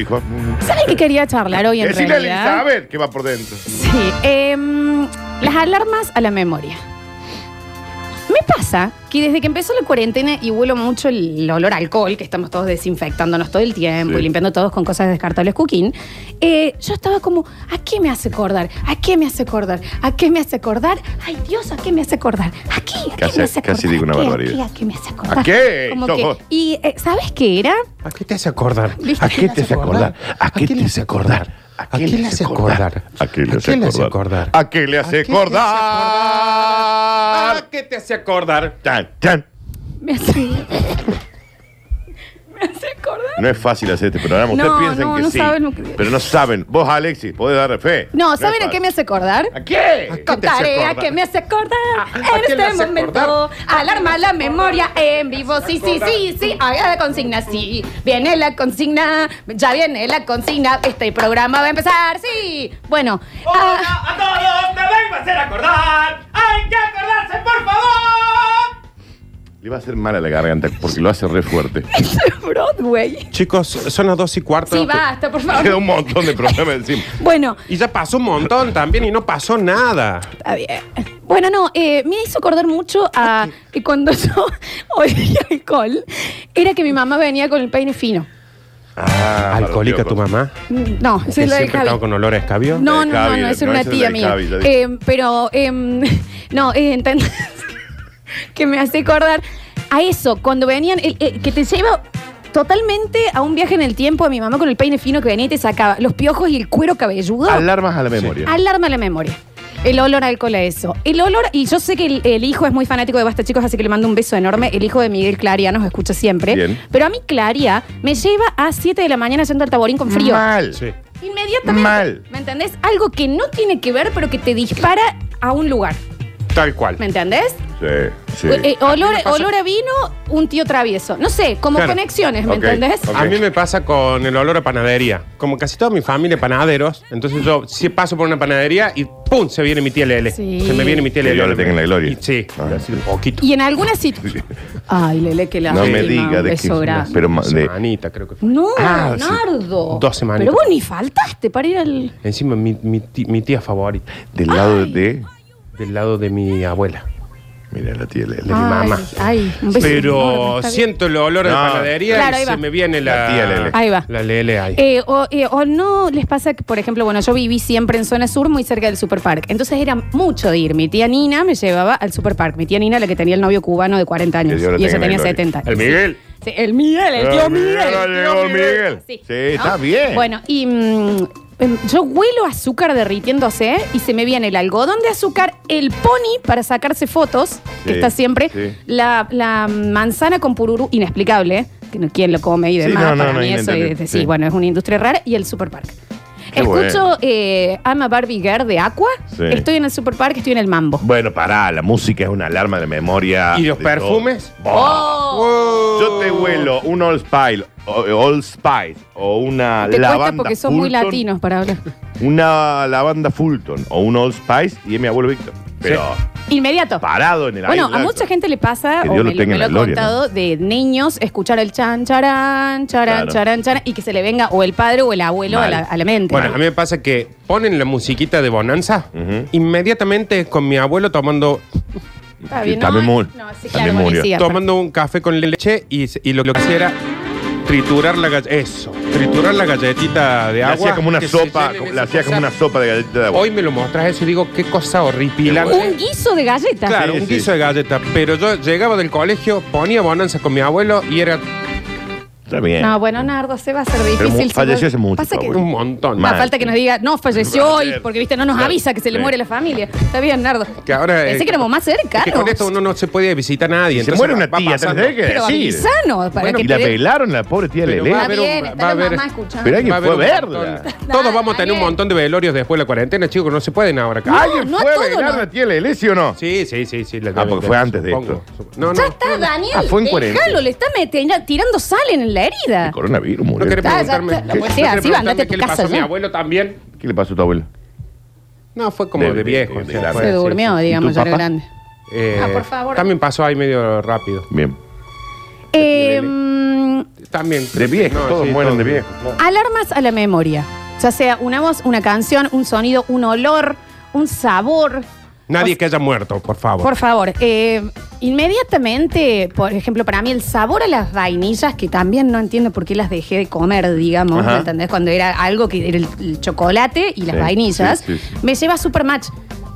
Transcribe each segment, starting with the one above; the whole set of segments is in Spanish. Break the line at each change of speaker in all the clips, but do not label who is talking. hijo.
¿Sabes qué quería charlar hoy en
Decirle a
realidad?
Elizabeth que va por dentro.
Sí, em, las alarmas a la memoria. Me pasa que desde que empezó la cuarentena y huelo mucho el olor a alcohol, que estamos todos desinfectándonos todo el tiempo
Sí.
y limpiando todos con cosas descartables cooking, eh, yo estaba como, ¿a qué me hace acordar? ¿A qué me hace acordar? ¿A qué me hace acordar? Ay Dios, ¿a qué me hace acordar? ¿A qué? ¿A qué
Casi-
me hace acordar?
casi digo una
¿A qué? ¿A
barbaridad.
qué? ¿A qué me hace acordar?
¿A qué?
Como
Sos
Ah, que-
vos.
y eh, ¿sabes qué era?
¿A qué te hace acordar?
¿Viste?
¿A qué te hace acordar? ¿A qué te hace acordar?
¿A quién le hace acordar?
¿A qué le hace acordar?
¿A qué le hace
¿A qué te hace
acordar?
¿A qué te hace acordar?
Chan, chan.
Me hace, me hace acordar.
No es fácil hacer este programa. Ustedes
No,
piensan
no,
que
no
sí.
saben lo que-
Pero no saben. Vos, Alexis, podés dar fe.
No,
es
¿saben a qué
fácil.
me hace acordar?
¿A qué?
¿A qué te hace
Tarea
acordar?
que me hace acordar
¿a
en
qué le
este
hace
momento. Alarma la memoria en vivo. Sí, sí, sí, sí. Haga la consigna, sí. Viene la consigna. Ya viene la consigna. Este programa va a empezar, sí. Bueno. ah,
a todos, te vengo a hacer acordar. ¡Hay que acordarse, por favor!
Le va a hacer mal a la garganta porque lo hace re fuerte.
Broadway.
Chicos, son las dos y cuarto.
Sí, basta, por
Queda
favor.
un montón de problemas encima.
Bueno,
Y ya pasó un montón también y no pasó nada.
Está Ah, bien. Bueno, no, eh, me hizo acordar mucho
Ah,
a que cuando yo olía alcohol, era que mi mamá venía con el peine fino.
Ah,
¿Alcohólica tu mamá?
No,
¿Que
se lo de
siempre
Javi.
estaba con olor a escabio?
La de
No, no, no,
Javi,
no,
la-
eso
no,
era una
esa es la
tía
de
mía.
Javi, ya dije.
Eh, pero, eh, no, eh, ¿entendés? que me hace acordar a eso, cuando venían, el- el- que te lleva totalmente a un viaje en el tiempo a mi mamá con el peine fino que venía y te sacaba los piojos y el cuero cabelludo.
Alarmas a la memoria.
Alarma la memoria. El olor a alcohol a eso. El olor, y yo sé que el, el hijo es muy fanático de Basta Chicos, así que le mando un beso enorme. El hijo de Miguel Claria nos escucha siempre.
Bien.
Pero a mí Claria me lleva a 7 de la mañana yendo al taborín con frío.
Mal.
Sí.
Inmediatamente.
Mal.
¿Me entendés? Algo que no tiene que ver, pero que te dispara a un lugar.
Tal cual.
¿Me entendés?
Sí, sí.
Eh, olor,
pasa-
olor a vino, un tío travieso. No sé, como
Claro.
conexiones, ¿me
Ok,
entendés?
ok.
A mí me pasa con el olor a panadería. Como casi toda mi familia es panaderos, entonces yo sí paso por una panadería y ¡pum! se viene mi tía Lele.
Sí.
Se me viene mi tía
Que
Lele.
Dios la tenga en la gloria.
Y sí,
Ah.
así un poquito.
Y en algunas situaciones. Ay, Lele, que la
No me diga de qué. Pero ma- de,
Semanita, creo que fue.
No,
Ah, sí.
Nardo.
Dos
Pero
semanitas.
vos ni faltaste para ir al.
Encima, mi, mi ti- mi tía favorita,
del lado de.
del lado de mi abuela,
Mira la tía Lele.
de mi mamá.
Ay, un beso enorme,
Pero
está bien.
siento el olor de
No.
panadería
Claro, ahí
y
va.
se me viene
La
la,
tía Lele.
Ahí va.
La Lele ahí.
Eh, o, eh, o no les pasa que, por ejemplo, bueno, yo viví siempre en zona sur, muy cerca del Superpark. Entonces era mucho de ir. Mi tía Nina me llevaba al Superpark. Mi tía Nina, la que tenía el novio cubano de 40 años.
Dios la
Y
tenga
ella
en la
tenía
gloria.
70.
el Miguel.
Sí, el Miguel, el
El
tío
Ah, Miguel,
Miguel.
ahora
el
llegó
tío
el Miguel. Sí, está bien.
Bueno, y mm, em, yo huelo azúcar derritiéndose y se me viene el algodón de azúcar, el pony para sacarse fotos, que
Sí,
está siempre,
sí.
la, la manzana con pururú, inexplicable, ¿eh? que no, quién lo come y
Sí,
demás.
no, no,
para
no,
mí eso es,
inentendible,
sí,
sí.
bueno, es una industria rara, y el superpark.
Qué
Escucho
bueno.
eh, I'm a Barbie Girl de Aqua,
Sí.
estoy en el superpark, estoy en el mambo.
Bueno, pará, la música es una alarma de memoria.
¿Y los
de
perfumes?
todo. Bah.
Oh.
Yo te huelo un Old Spice, o, eh, Old Spice, o una
Te cuesta
lavanda
porque son muy
Fulton,
latinos para hablar.
Una lavanda Fulton o un Old Spice y es mi abuelo Víctor. Pero
Inmediato.
parado en el
Bueno,
aire.
a mucha gente le pasa,
Que
o
Dios lo
me, lo-
tenga
me
en la
lo he
gloria,
contado, de niños escuchar el chan, charán, charán,
Claro.
charán, charán, y que se le venga o el padre o el abuelo a
Mal.
la, a la mente.
Bueno, a mí me pasa que ponen la musiquita de Bonanza,
Ujú.
inmediatamente con mi abuelo tomando,
Está bien,
Sí, también
no,
murió.
no, sí,
También
claro,
murió.
policía,
tomando un café con leche y, se- y lo, lo que hacía era triturar la galletita. Eso, triturar la galletita de
La
agua.
hacía como una
que se
sopa,
llenen
como-
esa
la hacía
cosa.
como una sopa de galletita de agua.
Hoy me lo mostras eso y digo, qué cosa
pero-
horripilante.
Un guiso de galletas.
Claro,
Sí,
un
sí.
guiso de galleta. Pero yo llegaba del colegio, ponía bonanza con mi abuelo y era
Está bien.
No, bueno, Nardo, se va a hacer
Pero mu-
difícil.
falleció
se
hace
va-
mucho,
Pasa
tu
que
abuelo.
un montón.
Ma-
Ah,
Mal.
falta que nos diga, no, falleció hoy, porque viste, no nos
Claro.
avisa que se le
Sí.
muere la familia. Está bien, Nardo.
Que ahora,
Pensé
eh,
que éramos más cercanos.
que con esto uno no se puede visitar a nadie.
Si se
entonces
muere
va-
una
va
tía,
pasando.
tenés que
Pero
decir.
avisano, para
Bueno,
que
Y
te
la
dé-
velaron la pobre tía
Pero
Lele.
va a
Está
haber
bien,
un-
está
va a
la
haber-
mamá escuchando.
Pero hay que-
Va a haber
Fue
un
verla.
montón.
Dale.
Todos vamos a tener un montón de velorios después de la cuarentena, chicos, que no se pueden ahora. acá.
¿Alguien
no a
fue a
todo,
velar
no.
la tía Lele, sí o no?
Sí, sí, sí, sí. la-
Ah, porque fue antes de esto.
No, no.
Ya está, Daniel.
Ah, fue en
Déjalo,
cuarentena.
le está metiendo- tirando sal en la herida.
El coronavirus
No
murió.
querés
Ya, ya,
preguntarme.
ya, la policía,
¿No querés
sí,
preguntarme
andate a tu
qué le
casa
pasó a mi
ya.
abuelo también?
¿Qué le pasó a tu abuelo?
No, fue como
De-
de,
de-
viejo.
de-
sí,
de la-
fue,
Se
sí,
durmió,
sí.
digamos,
¿Y tu
ya era
papá?
grande.
Eh,
Ah, por favor.
También pasó ahí medio rápido.
Bien.
Eh, mm,
También.
De viejo,
No,
todos
sí,
mueren de
todos.
viejo.
Alarmas a la memoria. Ya sea una voz, una canción, un sonido, un olor, un sabor.
Nadie que haya muerto, por favor.
Por favor, eh, inmediatamente, por ejemplo, para mí el sabor a las vainillas, que también no entiendo por qué las dejé de comer, digamos,
Ajá.
¿me entendés? Cuando era algo que era el, el chocolate y las
Sí,
vainillas,
sí, sí, sí.
me lleva a Supermatch.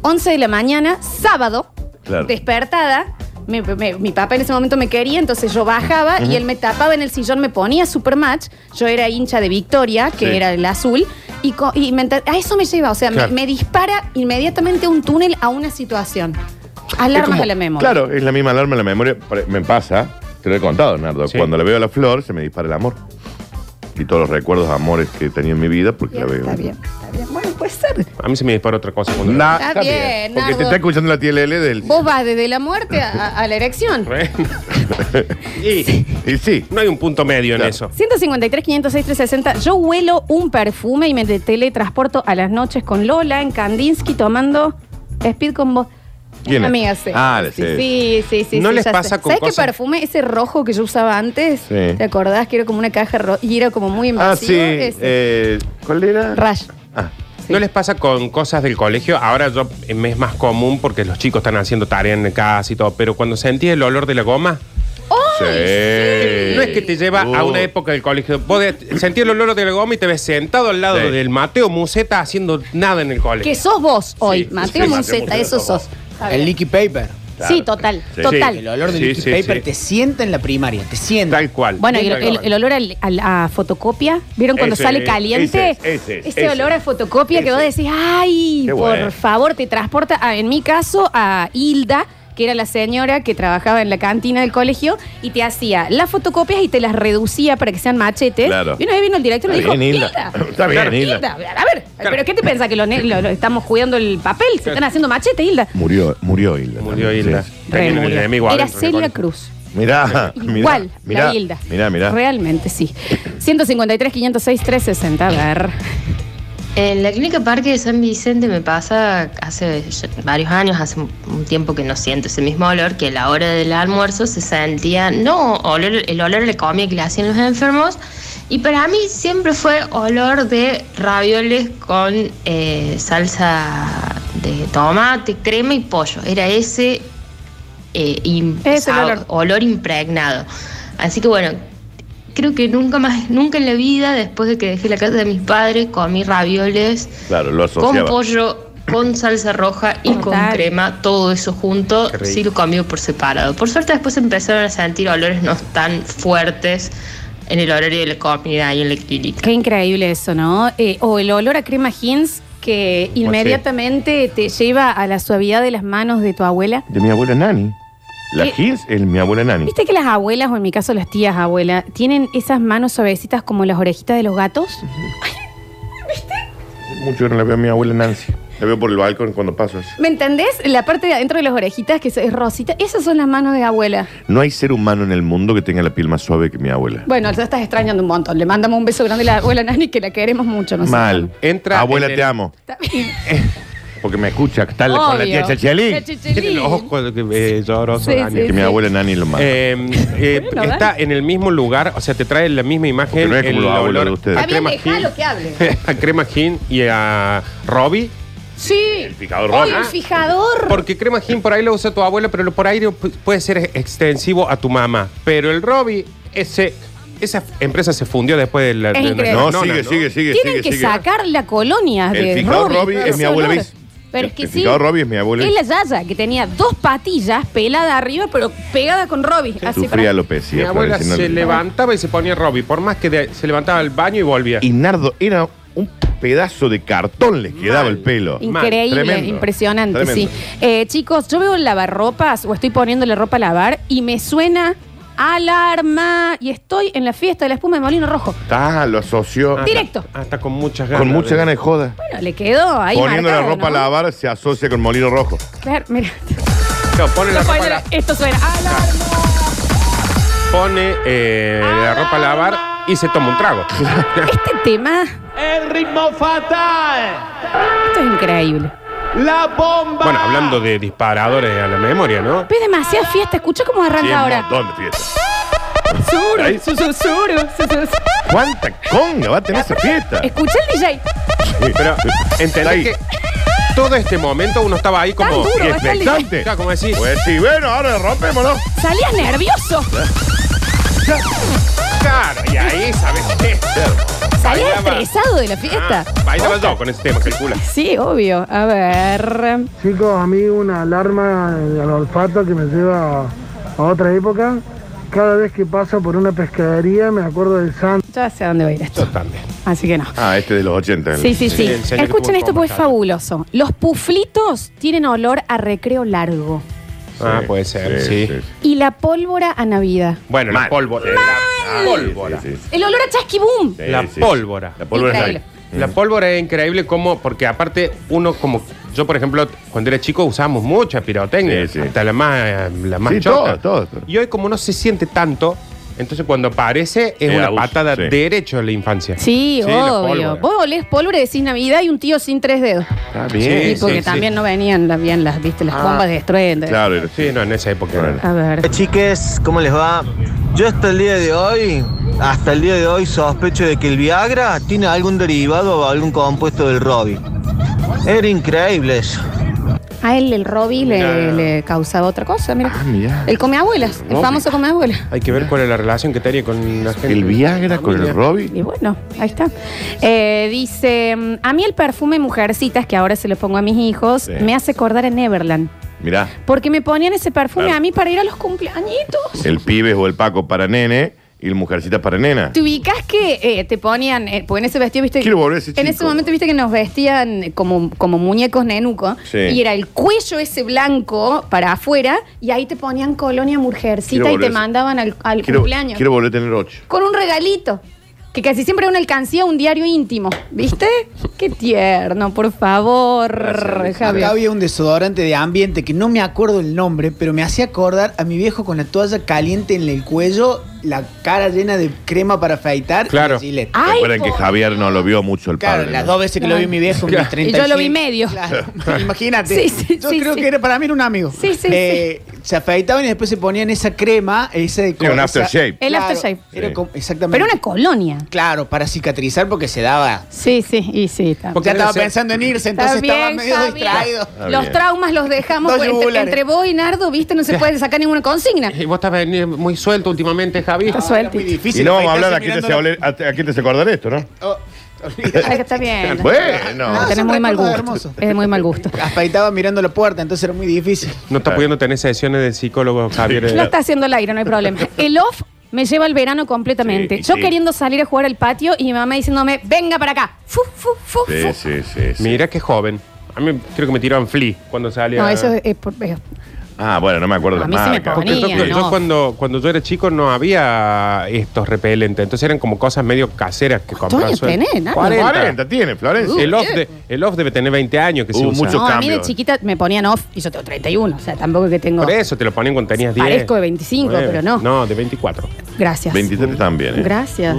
11 de la mañana, sábado,
Claro.
despertada. Me- me- mi papá en ese momento me quería, entonces yo bajaba y él me tapaba en el sillón, me ponía Supermatch. Yo era hincha de Victoria, que
Sí.
era el azul, y, co- y me enter- a eso me lleva, o sea, me-
Claro.
me, dispara inmediatamente un túnel a una situación.
Es
Alarmas
como-
a la memoria.
Claro, es la misma alarma a la memoria. Por- Me pasa, te lo he contado, Nardo.
Sí.
Cuando la veo a la flor, se me dispara el amor. Y todos los recuerdos, amores que tenía en mi vida, porque
Bien,
la veo.
está bien, está bien. Bueno, puede ser.
A mí se me dispara otra cosa. cuando-
Nah,
Está bien,
Porque
Nardo.
te está escuchando la TLL del.
Vos vas desde la muerte a, a- a la erección.
Re- y
Y sí.
no hay un punto medio en
Claro.
eso.
153, 506, 360. Yo huelo un perfume y me te- teletransporto a las noches con Lola en Kandinsky tomando speed con vos.
¿Quién es?
Amiga, sí.
Ah, sí.
sí. Sí, sí, sí.
¿No
sí,
les
ya
pasa
sé.
con
¿Sabes qué
cosas?
perfume? Ese rojo que yo usaba antes.
Sí.
¿Te acordás que era como una caja roja y era como muy invasivo?
Ah, sí.
Ese.
eh, ¿Cuál era?
Rayo.
Ah,
Sí.
¿No les pasa con cosas del colegio? Ahora yo eh, me es más común porque los chicos están haciendo tarea en casa y todo, pero cuando sentís el olor de la goma,
sí.
no es que te lleva a
Uh,
una época del colegio. Vos de- sentís el olor de la goma y te ves sentado al lado
Sí.
del Mateo Museta haciendo nada en el colegio.
Que sos vos hoy,
Sí,
Mateo
sí, Mateo
Munceta,
Munceta,
eso
sos vos.
sos.
El leaky paper.
Claro.
Sí, total,
Sí.
total.
El olor del
Sí,
leaky
sí,
paper
sí.
te sienta en la primaria, te sienta.
Tal cual.
Bueno, y
Tal
el, el-
cual.
el olor al- al- a fotocopia, ¿vieron cuando
Ese,
sale
ese,
caliente?
ese, ese,
Ese
ese.
olor a fotocopia que
Ese.
vos decís, ay,
Qué
por
bueno.
favor, te transporta, a- en mi caso, a Hilda, que era la señora que trabajaba en la cantina del colegio, y te hacía las fotocopias y te las reducía para que sean machetes.
Claro.
Y una vez vino el director y me
Está
dijo,
bien, Hilda.
Hilda,
Está bien,
claro,
Hilda.
A ver, ¿pero qué te pensás? ¿Que lo, ne- lo- lo estamos cuidando el papel? ¿Se están haciendo machete, Hilda?
Murió, murió Hilda.
Murió
también,
Hilda.
sí.
Tenían
Re
el
murió.
enemigo
Era
adentro del
Celia
colegio.
Cruz.
Mirá, Ah, mirá.
Igual,
mirá,
la Hilda.
Mirá, mirá.
Realmente, sí. 153, 506, 360. A ver.
En la clínica Parque de San Vicente me pasa hace ya varios años, hace un un tiempo que no siento ese mismo olor, que a la hora del almuerzo se sentía, no, olor, el olor a la comida que le hacían los enfermos, y para mí siempre fue olor de ravioles con eh, salsa de tomate, crema y pollo. Era ese eh, im-
Es el
sa-
olor.
impregnado. Así que bueno, creo que nunca más, nunca en la vida, después de que dejé la casa de mis padres, comí ravioles
Claro, lo
con
asociaba.
pollo, con salsa roja y
Total.
con crema, todo eso junto,
Qué rico.
sí lo comí por separado. Por suerte después empezaron a sentir olores no tan fuertes en el horario de la comida y en la clínica.
Qué increíble eso, ¿no? Eh, o el olor a crema Hins que inmediatamente te lleva a la suavidad de las manos de tu abuela.
De mi abuela Nani. La
Eh,
Hills es mi abuela Nani.
¿Viste que las abuelas, o en mi caso las tías abuelas, tienen esas manos suavecitas como las orejitas de los gatos?
Mucho que no la veo a mi abuela Nancy. La veo por el balcón cuando paso así.
¿Me entendés? La parte de adentro de las orejitas que es rosita, esas son las manos de abuela.
No hay ser humano en el mundo que tenga la piel más suave que mi abuela.
Bueno, te estás extrañando un montón. Le mandamos un beso grande a la abuela Nani que la queremos mucho, ¿no?
Mal.
Entra
abuela,
en el-
te amo.
Está bien.
Porque me escucha. que Está la- con la tía
Obvio.
Chachalí.
Tía
Que
Chichelín.
Tiene los ojos eh, llorosos,
Sí, sí,
Daniel.
mi abuela Nani lo mata.
Eh, eh,
Bueno,
está en el mismo lugar, o sea, te trae la misma
Porque
imagen.
no es como
el
los abuelos de ustedes.
a
Está bien,
crema
dejalo
Gin-
que hable.
a crema Gin y a Robbie.
Sí. El
picador
el
rojo.
fijador.
Porque crema Gin por ahí lo usa tu abuela, pero lo- por ahí pu- puede ser extensivo a tu mamá. Pero el Robbie, ese, esa empresa se fundió después de la.
Es
de-
increíble.
no,
no,
sigue,
no.
sigue, sigue,
Tienen
sigue,
que
sigue.
sacar la colonia
El
de
picador
Robbie,
Robbie es
ese
mi abuela.
olor. Pero es que
El
sí.
picador Robbie es mi abuela.
Es la Yaya, que tenía dos patillas pelada arriba, pero pegada con Robbie. Así
Sufría
para-
Mi
alopecia.
abuela
Florencia, no-
se levantaba y se ponía Robbie, por más que de- se levantaba al baño y volvía.
Y Nardo era un pedazo de cartón, les quedaba
Mal.
el pelo.
Y-
Increíble,
Mal, tremendo,
impresionante,
tremendo.
sí. Eh, chicos, yo veo lavarropas o estoy poniendo la ropa a lavar y me suena alarma y estoy en la fiesta de la espuma de Molino Rojo.
Ah, lo asoció.
Ah,
Directo.
está- ah, está con muchas ganas.
Con mucha
de-
ganas de joda.
Bueno, le quedó ahí
Poniendo la
marcado,
ropa a
¿no?
lavar se asocia con Molino Rojo.
Claro, mira.
No, pone la ropa a la-
Esto suena alarma.
pone eh, la ropa a lavar y se toma un trago.
Este tema,
El ritmo fatal.
esto es increíble.
La bomba.
bueno, hablando de disparadores a la memoria, ¿no?
Pero es demasiada fiesta, escucha cómo arranca
Sí, un
ahora.
montón de fiestas.
Susurro,
Ahí.
susurro, susurro.
¿Cuánta conga va a tener esa fiesta?
Escucha el DJ.
Sí,
Pero
Está ahí.
entendés que todo este momento uno estaba ahí como.
Tan duro,
Y
va a estar
expectante.
Claro, como decís.
Pues sí, bueno, ahora rompémoslo.
Salías nervioso.
Claro, y ahí, ¿sabes qué?
Salías
Bailaba.
estresado de la fiesta.
Ah, bailaba yo con ese tema, calcula.
Sí, obvio. A ver.
Chicos, a mí una alarma al olfato que me lleva a otra época. Cada vez que paso por una pescadería me acuerdo del santo.
Ya sé a dónde va a ir esto.
También.
Así que no.
Ah, este de los 80.
Sí, sí, sí.
el señor que
Escuchen
tuvo
esto porque es
coma,
fabuloso. Los puflitos tienen olor a recreo largo
Ah, puede ser, sí.
y la pólvora a Navidad.
Bueno, la
Mal.
pólvora. La pólvora.
Sí, sí, sí.
El olor a chasquibum.
Sí,
La
sí, sí.
pólvora.
La pólvora es
Increíble.
ahí. Mm.
La pólvora es increíble como, porque aparte uno como, yo por ejemplo, cuando era chico usábamos mucha pirotecnia,
Sí, sí.
hasta la más, la más
Sí,
chota.
todo, todo.
Y hoy como no se siente tanto, entonces cuando aparece es
Eh,
una
abuso,
patada
sí.
derecho a la infancia.
Sí,
la
obvio.
pólvora.
Vos olés pólvora y decís Navidad y un tío sin tres dedos.
Está
Sí,
Sí,
bien.
porque
sí.
también no venían la- bien las, viste, las bombas de estruendo.
Claro, era-
Sí, no, en esa época.
Bueno.
A ver.
Eh, Chiques, ¿cómo les va? Yo hasta el día de hoy, hasta el día de hoy sospecho de que el Viagra tiene algún derivado o algún compuesto del Robi. Era increíble eso.
A él el Robbie le,
Mira.
le causaba otra cosa, mira.
Ah, mira.
El come abuelas, el
Robbie.
famoso come abuela.
Hay que ver cuál es la relación que tenía con la gente.
El Viagra con el Robbie.
Y bueno, ahí está. Eh, dice, mm, a mí el perfume Mujercitas, que ahora se lo pongo a mis hijos,
Sí.
me hace acordar a Neverland.
Mirá,
Porque me ponían ese perfume
Claro.
a mí para ir a los cumpleañitos.
el pibe o el Paco para nene y el mujercita para nena.
¿Te ubicas que eh, te ponían, eh, pues en ese vestido, viste?
Quiero volver a ese
En
chico.
ese momento, viste que nos vestían como, como muñecos nenuco.
Sí.
Y era el cuello ese blanco para afuera. Y ahí te ponían colonia
Quiero
mujercita y
volver
te
a ese-
mandaban al, al
Quiero,
cumpleaños.
quiero volver a tener ocho.
Con un regalito. Que casi siempre era una alcancía, un diario íntimo. ¿Viste? Qué tierno, por favor,
Acá
Javier.
había un desodorante de ambiente que no me acuerdo el nombre, pero me hacía acordar a mi viejo con la toalla caliente en el cuello, la cara llena de crema para afeitar
Claro.
y el Gillette.
Ay,
Recuerden que
por-
Javier no lo vio mucho el
Claro,
padre.
las
¿no?
dos veces que lo vi mi viejo, en mis 35.
Y yo lo vi medio.
Claro, imagínate.
Sí, sí,
yo
sí,
creo
sí.
que era para mí era un amigo.
Sí, sí,
Eh, Se afeitaban y después se ponían esa crema, ese
Sí, un aftershave.
El aftershave.
Era
Sí.
como- exactamente.
Pero una colonia.
Claro, para cicatrizar porque se daba.
Sí, sí, y sí. está.
Porque
ya estaba
debe ser-
pensando en
Está
irse, entonces estaba
bien,
medio
Javier.
distraído.
Está
Los
bien.
traumas los dejamos
Dos
por- entre,
yugulares.
entre vos y Nardo, ¿viste? No se puede sacar ninguna consigna.
Y vos estás venido muy suelto últimamente, Javi.
Está
Era
suelto.
muy difícil.
Y no vamos a hablar a quién
afeitarse
te se,
mirándolo.
hable- a- a quién te se acordar esto, ¿no?
Oh, olvídate.
Ay, que está bien.
Bueno.
No,
Tenés
Ah, son
muy mal
recuerdos
gusto.
hermosos.
Es de muy mal gusto.
Afeitaba mirando la puerta, entonces era muy difícil.
No está pudiendo tener sesiones de psicólogo, Javier.
Lo está haciendo el aire, no hay problema. El off me lleva al verano completamente.
Sí, y
Yo
sí.
queriendo salir a jugar al patio y mi mamá diciéndome, venga para acá. Fu, fu, fu, fu.
Sí, sí, sí. sí.
Mira qué joven. A mí creo que me tiraban flea cuando salía.
No, eso es, es por- es-
Ah, bueno, no me acuerdo
A
las
mí se me
marcas.
ponía,
Yo,
Ponía,
yo
¿no?
cuando, cuando yo era chico no había estos repelentes, entonces eran como cosas medio caseras que
¿Cuántos
compraban.
años
sueltas.
tenés, Uh, Nardo?
40.
40 tiene, Florencia.
El, off de- el off debe tener 20 años que se
Hubo
usa.
Uh, mucho-
No, a mí de
cambios.
chiquita me ponían off y yo tengo 31. O sea, tampoco que tengo.
Por eso te lo ponían cuando tenías 10.
Parezco de 25,
Nueve.
pero no.
No, de 24.
Gracias.
23 también, ¿eh?
Gracias.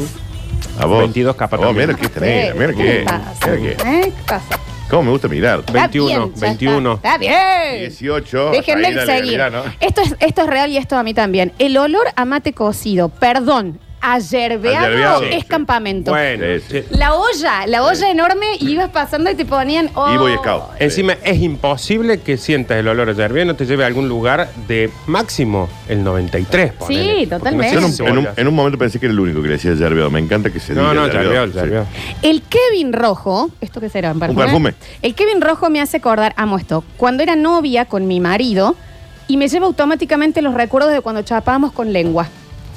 A vos.
22 capas
Oh,
también.
mira qué tenés, mira
¿Qué
qué.
pasa?
Mira qué.
¿Eh? ¿Qué pasa?
Cómo me gusta mirar.
Está
21,
bien, ya
21.
Está, Está bien.
18.
Déjenme
ahí la
seguir.
legalidad, ¿no?
esto, es, esto es real y esto a mí también. El olor a mate cocido, perdón, ayerbeado,
Ayerbeado,
es
sí.
campamento.
Bueno,
Sí, sí.
sí.
La olla, la olla enorme y ibas pasando y te ponían... oh.
Y Boy Scout.
encima es imposible que sientas el olor a yerbia y no te lleve a algún lugar de máximo el 93. ponele. Porque
totalmente.
Yo en
No,
un,
sé si
en un-
cebollas.
en un momento pensé que era el único que le decía Yerveo. Me encanta que se
no,
diga
no,
Yerveo.
yerbeó,
Sí.
yerbeó.
El Kevin Rojo, ¿esto qué será? ¿Un perfume?
perfume.
El Kevin Rojo me hace acordar, amo esto, cuando era novia con mi marido y me lleva automáticamente los recuerdos de cuando chapábamos con lengua.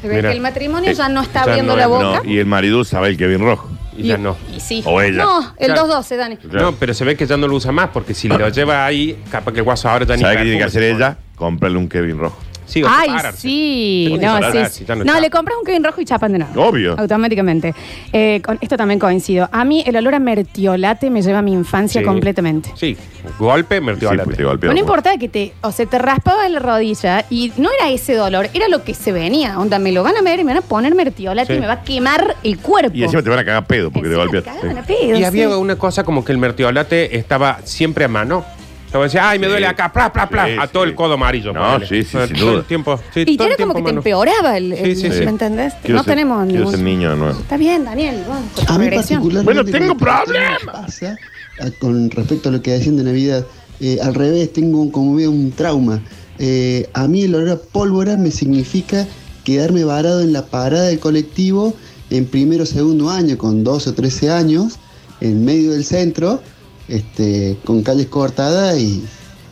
Se ve
Mira.
que el matrimonio
Eh,
ya no está
ya
abriendo
no
la
es,
boca.
No, y el marido sabe el Kevin Rojo.
Y ya no.
y sí.
O ella.
No, el
Claro.
212, Dani.
Claro.
No, pero se ve que ya no lo usa más, porque si lo lleva ahí, capaz que el guaso ahora ya ni
¿Sabe qué tiene que
perfume
hacer
se pone.
ella? Comprarle un Kevin Rojo.
Sí, o
Ay,
separarse.
sí.
Tiene que
No, sí,
separarse,
sí.
ya no
No,
está.
le compras un Kevin rojo y chapan de nada.
Obvio.
Automáticamente. Eh, con esto también coincido. A mí el olor a mertiolate me lleva a mi infancia
Sí.
completamente.
Sí, golpe, mertiolate.
Sí, pues te golpeó.
No importaba que te, o sea, te raspaba la rodilla y no era ese dolor, era lo que se venía. Onda, me lo van a ver y me van a poner mertiolate
Sí.
y me va a quemar el cuerpo.
Y encima te van a cagar pedo porque te
Encima
golpeaste.
cagaban a pedo,
Y había
sí.
una cosa como que el mertiolate estaba siempre a mano. Te voy a decir, ay, me
Sí.
duele acá, pla, pla, pla,
Sí,
a todo
sí.
el codo amarillo.
No, sí, sí,
Todo
sin
el
duda.
tiempo, sí,
Y
todo el
era como
tiempo
que te
malo.
empeoraba el.
Sí, sí,
el-
sí.
¿Me entendés?
Quiero
no
ser-
tenemos.
Quiero
ningún-
ser niño de nuevo.
Está bien, Daniel. vamos, con tu
A mí
regresión.
Bueno,
particularmente
tengo
con el partido
problemas.
me pasa, a- con respecto a lo que decían de Navidad, eh, al revés, tengo un- como veo un trauma. Eh, a mí el olor a pólvora me significa quedarme varado en la parada del colectivo en primero o segundo año, con 12 o 13 años, en medio del centro, este, con calles cortadas y,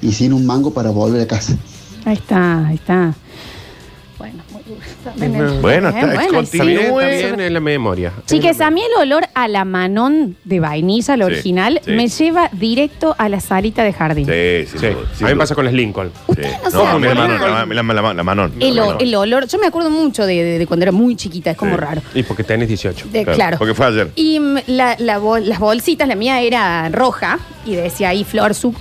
y sin un mango para volver a casa.
Ahí está, ahí está. Bueno, muy duro. También es-
Bueno,
Eh,
está-
Está bien,
continúe.
está bien, en la memoria.
Chiques, a mí el olor a la manón de vainilla, el
Sí,
original,
sí.
me lleva directo a la salita de jardín.
Sí, sin
Sí,
duda,
a
sin
mí me
duda.
pasa con las Lincoln.
Sí.
Ustedes no, se
No, la
acuerdan.
Manon, la, la- la- la Manon.
el,
La
o-
Manon.
el olor, yo me acuerdo mucho de, de- de cuando era muy chiquita, es como
Sí.
raro.
Y porque tenés 18.
De-
Claro,
claro,
porque fue ayer.
Y mm, la- la bol- las bolsitas, la mía era roja y decía ahí Flor Su.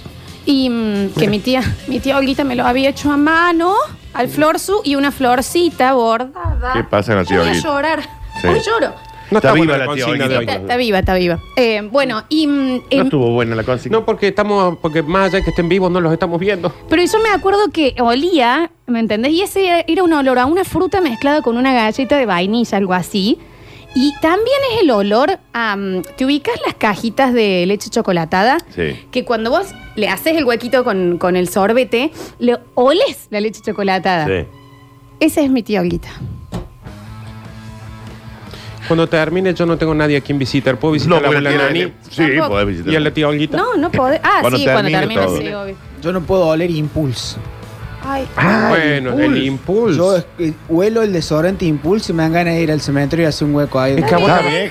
Y mm, que mi tía, mi tía Olguita me lo había hecho a mano al Flor Su y una florcita bordada.
¿Qué pasa en la
Yo
tía
voy a
Olguita?
llorar.
Sí.
Hoy lloro.
No
Está
estamos
viva
en
la tía
consigna
Olguita.
de hoy.
Está, está viva, está viva. Eh, bueno, y. mm,
No
em,
estuvo buena la consigna.
No, porque estamos, porque más allá que estén vivos no los estamos viendo.
Pero yo me acuerdo que olía, ¿me entendés? Y ese era, era un olor a una fruta mezclada con una galleta de vainilla, algo así. Y también es el olor a... mm, ¿Te ubicas las cajitas de leche chocolatada?
Sí.
Que cuando vos le haces el huequito con, con el sorbete, le oles la leche chocolatada.
Sí.
Esa es mi tía Olguita.
Cuando termine, yo no tengo nadie a quien visitar. ¿Puedo visitar a la
porque
abuela
tiene-
Nani?
Sí,
Tampoco.
podés visitar.
¿Y a la tía Olguita?
No, no podés... Ah,
Cuando
sí, cuando
termine
termina,
todo. Ah,
sí, obvio.
Yo no puedo oler impulso.
Ay,
bueno, el impulso.
Yo eh, huelo el desodorante impulso y me dan ganas de ir al cementerio y hacer un hueco ahí.
Es que a vos-
Está
Javier,
bien,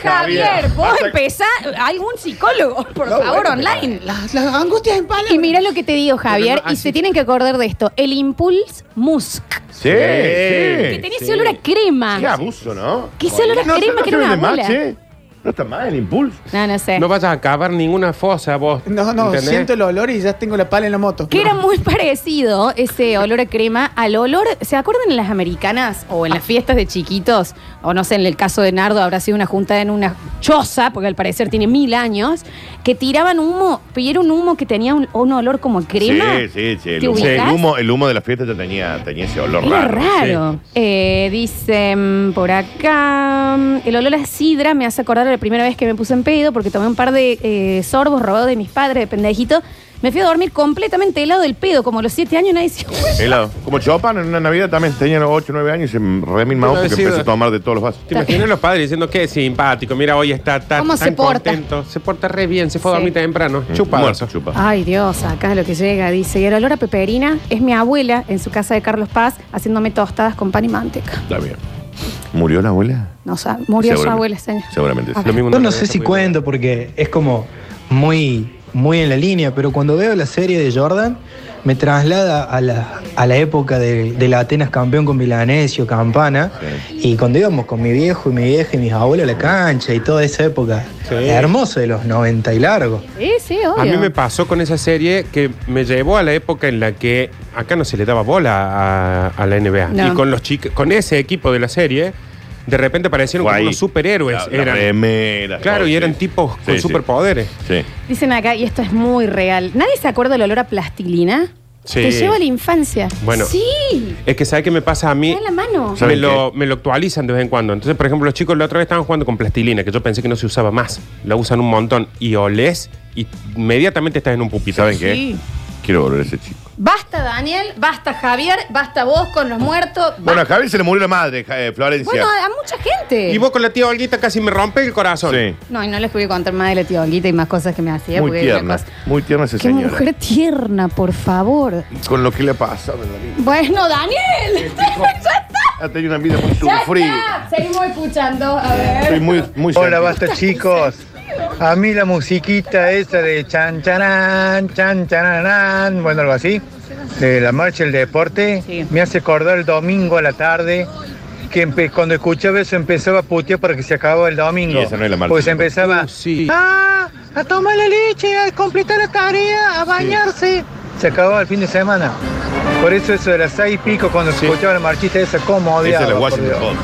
Javier.
vos
Hasta-
empezás... Algún psicólogo, por favor, online.
Las, las angustias en palabras.
Y mira lo que te digo, Javier,
Pero
y
no, así-
se tienen que acordar de esto. El Impulse Musk.
Sí,
Que
sí.
tenía ese olor a crema.
Qué abuso, ¿no?
Que ese olor a
No,
crema
no
que
se
era una
vende más,
bola.
che. No está mal el impulso.
No, no sé.
No vayas a acabar ninguna fosa vos.
No, no,
¿entendés?
siento el olor y ya tengo la pala en la moto.
Que era muy parecido ese olor a crema al olor, ¿se acuerdan en las americanas o en las fiestas de chiquitos? O no sé, en el caso de Nardo habrá sido una junta en una choza, porque al parecer tiene mil años, que tiraban humo, pero era un humo que tenía un, un olor como a crema.
Sí, sí, sí. El
¿Te
humo,
ubicás?
el humo, el humo de la fiesta ya tenía, tenía ese olor
Era
raro.
raro. Eh, dice mm, por acá, mm, el olor a sidra me hace acordar a la primera vez que me puse en pedo porque tomé un par de eh, sorbos robados de mis padres de pendejito. Me fui a dormir completamente helado del pedo, como a los siete años nadie se...
Helado. Como Chopin en una Navidad también tenía 8 o 9 años y se remilmaba
Pero
porque
decido-
empezó a tomar de todos los vasos.
¿Te imaginas los padres diciendo qué simpático? Mira, hoy está tan,
¿Cómo
tan
se porta?
contento. Se porta re bien, se fue a
Sí.
dormir temprano.
Mm,
Chupadazo.
muerto, chupa.
Ah.
Ay Dios, acá lo que llega, dice. Y el olor a peperina es mi abuela en su casa de Carlos Paz haciéndome tostadas con pan y manteca.
Está bien. ¿Murió la abuela?
No, o sea, murió su
Seguramente.
abuela, señor. Ah,
Seguramente sí.
A ver.
Lo mismo
Yo
una
no sé
cabeza
si
muy-
cuento porque es como muy, muy en la línea, pero cuando veo la serie de Jordan me traslada a la, a la época de, de la Atenas campeón con Milanesio, Campana, y cuando íbamos con mi viejo y mi vieja y mis abuelos a la cancha y toda esa época hermosa de los 90 y largo.
Sí, sí, obvio.
A mí me pasó con esa serie que me llevó a la época en la que acá no se le daba bola a, a la NBA.
No.
Y con los chicos, con ese equipo de la serie, de repente aparecieron
Fue
como
ahí.
unos superhéroes.
La- la
eran,
remera,
claro,
todo,
y eran
sí.
tipos
Sí,
con
sí.
superpoderes.
Sí.
Dicen acá, y esto es muy real, ¿nadie se acuerda del olor a plastilina?
Sí.
Te lleva a la infancia.
Bueno.
Sí,
Es que ¿sabes qué me pasa a mí?
está en la mano.
Sí.
Me
¿Saben
lo, me lo actualizan de vez en cuando. Entonces, por ejemplo, los chicos la otra vez estaban jugando con plastilina, que yo pensé que no se usaba más. La usan un montón. Y olés y inmediatamente estás en un
¿Y
pupito.
saben qué? Quiero volver a ese chico.
Basta, Daniel, basta, Javier, basta vos con los muertos.
Bueno, a
basta.
Javier se le murió la madre, Ja- eh, Florencia.
bueno a, a mucha gente.
Y vos con la tía Olguita casi me rompe el corazón.
sí.
No, y no les voy a contar más de la tía Olguita y más cosas que me hacía.
Muy
porque era
tierna.
una cosa-
Muy tierna esa
Qué
señora.
mujer tierna, por favor.
Con lo que le pasa, ¿verdad?
Bueno, Daniel. ya está,
Ha tenido una vida muy
ya
sufrida.
está. Seguimos escuchando. A ver.
Estoy muy, muy
Hola,
sentido.
basta chicos. A mí la musiquita esa de chan chanán, chan chananán, bueno, algo así, de la marcha del deporte,
Sí.
me hace acordar el domingo a la tarde, que empe- cuando escuchaba eso empezaba a putear para que se acababa el domingo.
Y esa no es la marcha.
Pues empezaba,
Uh, sí.
"Ah, a tomar la leche, a completar la tarea, a bañarse. Se acababa el fin de semana.
Por eso eso de las seis y pico cuando se escuchaba la marchita esa, cómo
Esa
odiaba.
es la
por
Washington
Dios.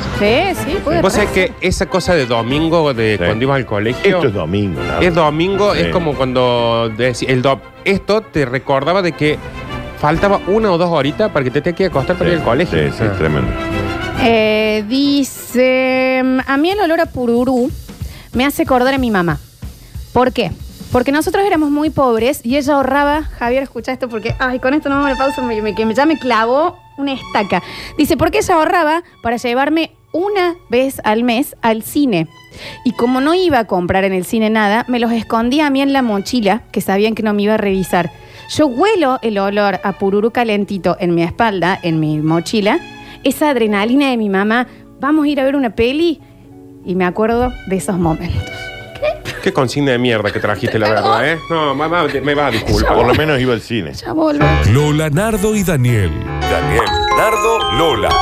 Sí, sí, puede
Vos
ser.
sabés que esa cosa de domingo, de cuando ibas al colegio.
Esto es domingo, nada
Es domingo,
Sí.
es como cuando decí- el do- esto te recordaba de que faltaba una o dos horitas para que te tengas que acostar para ir al colegio.
Sí, sí,
Ah.
tremendo.
Eh, dice, a mí el olor a pururú me hace acordar a mi mamá. ¿Por qué? Porque nosotros éramos muy pobres y ella ahorraba, Javier, escucha esto porque, ay, con esto no me la pausa, me, me- que ya me clavó una estaca. Dice, porque ella ahorraba para llevarme una vez al mes al cine. Y como no iba a comprar en el cine nada, me los escondía a mí en la mochila, que sabían que no me iba a revisar. Yo huelo el olor a pururú calentito en mi espalda, en mi mochila, esa adrenalina de mi mamá, vamos a ir a ver una peli, y me acuerdo de esos momentos.
Ah. Qué consigna de mierda que trajiste, la verdad, ¿eh? No, mamá, te- me va a disculpar.
Por lo menos iba al cine.
Ya volvemos.
Lola, Nardo y Daniel. Daniel, Nardo, Lola.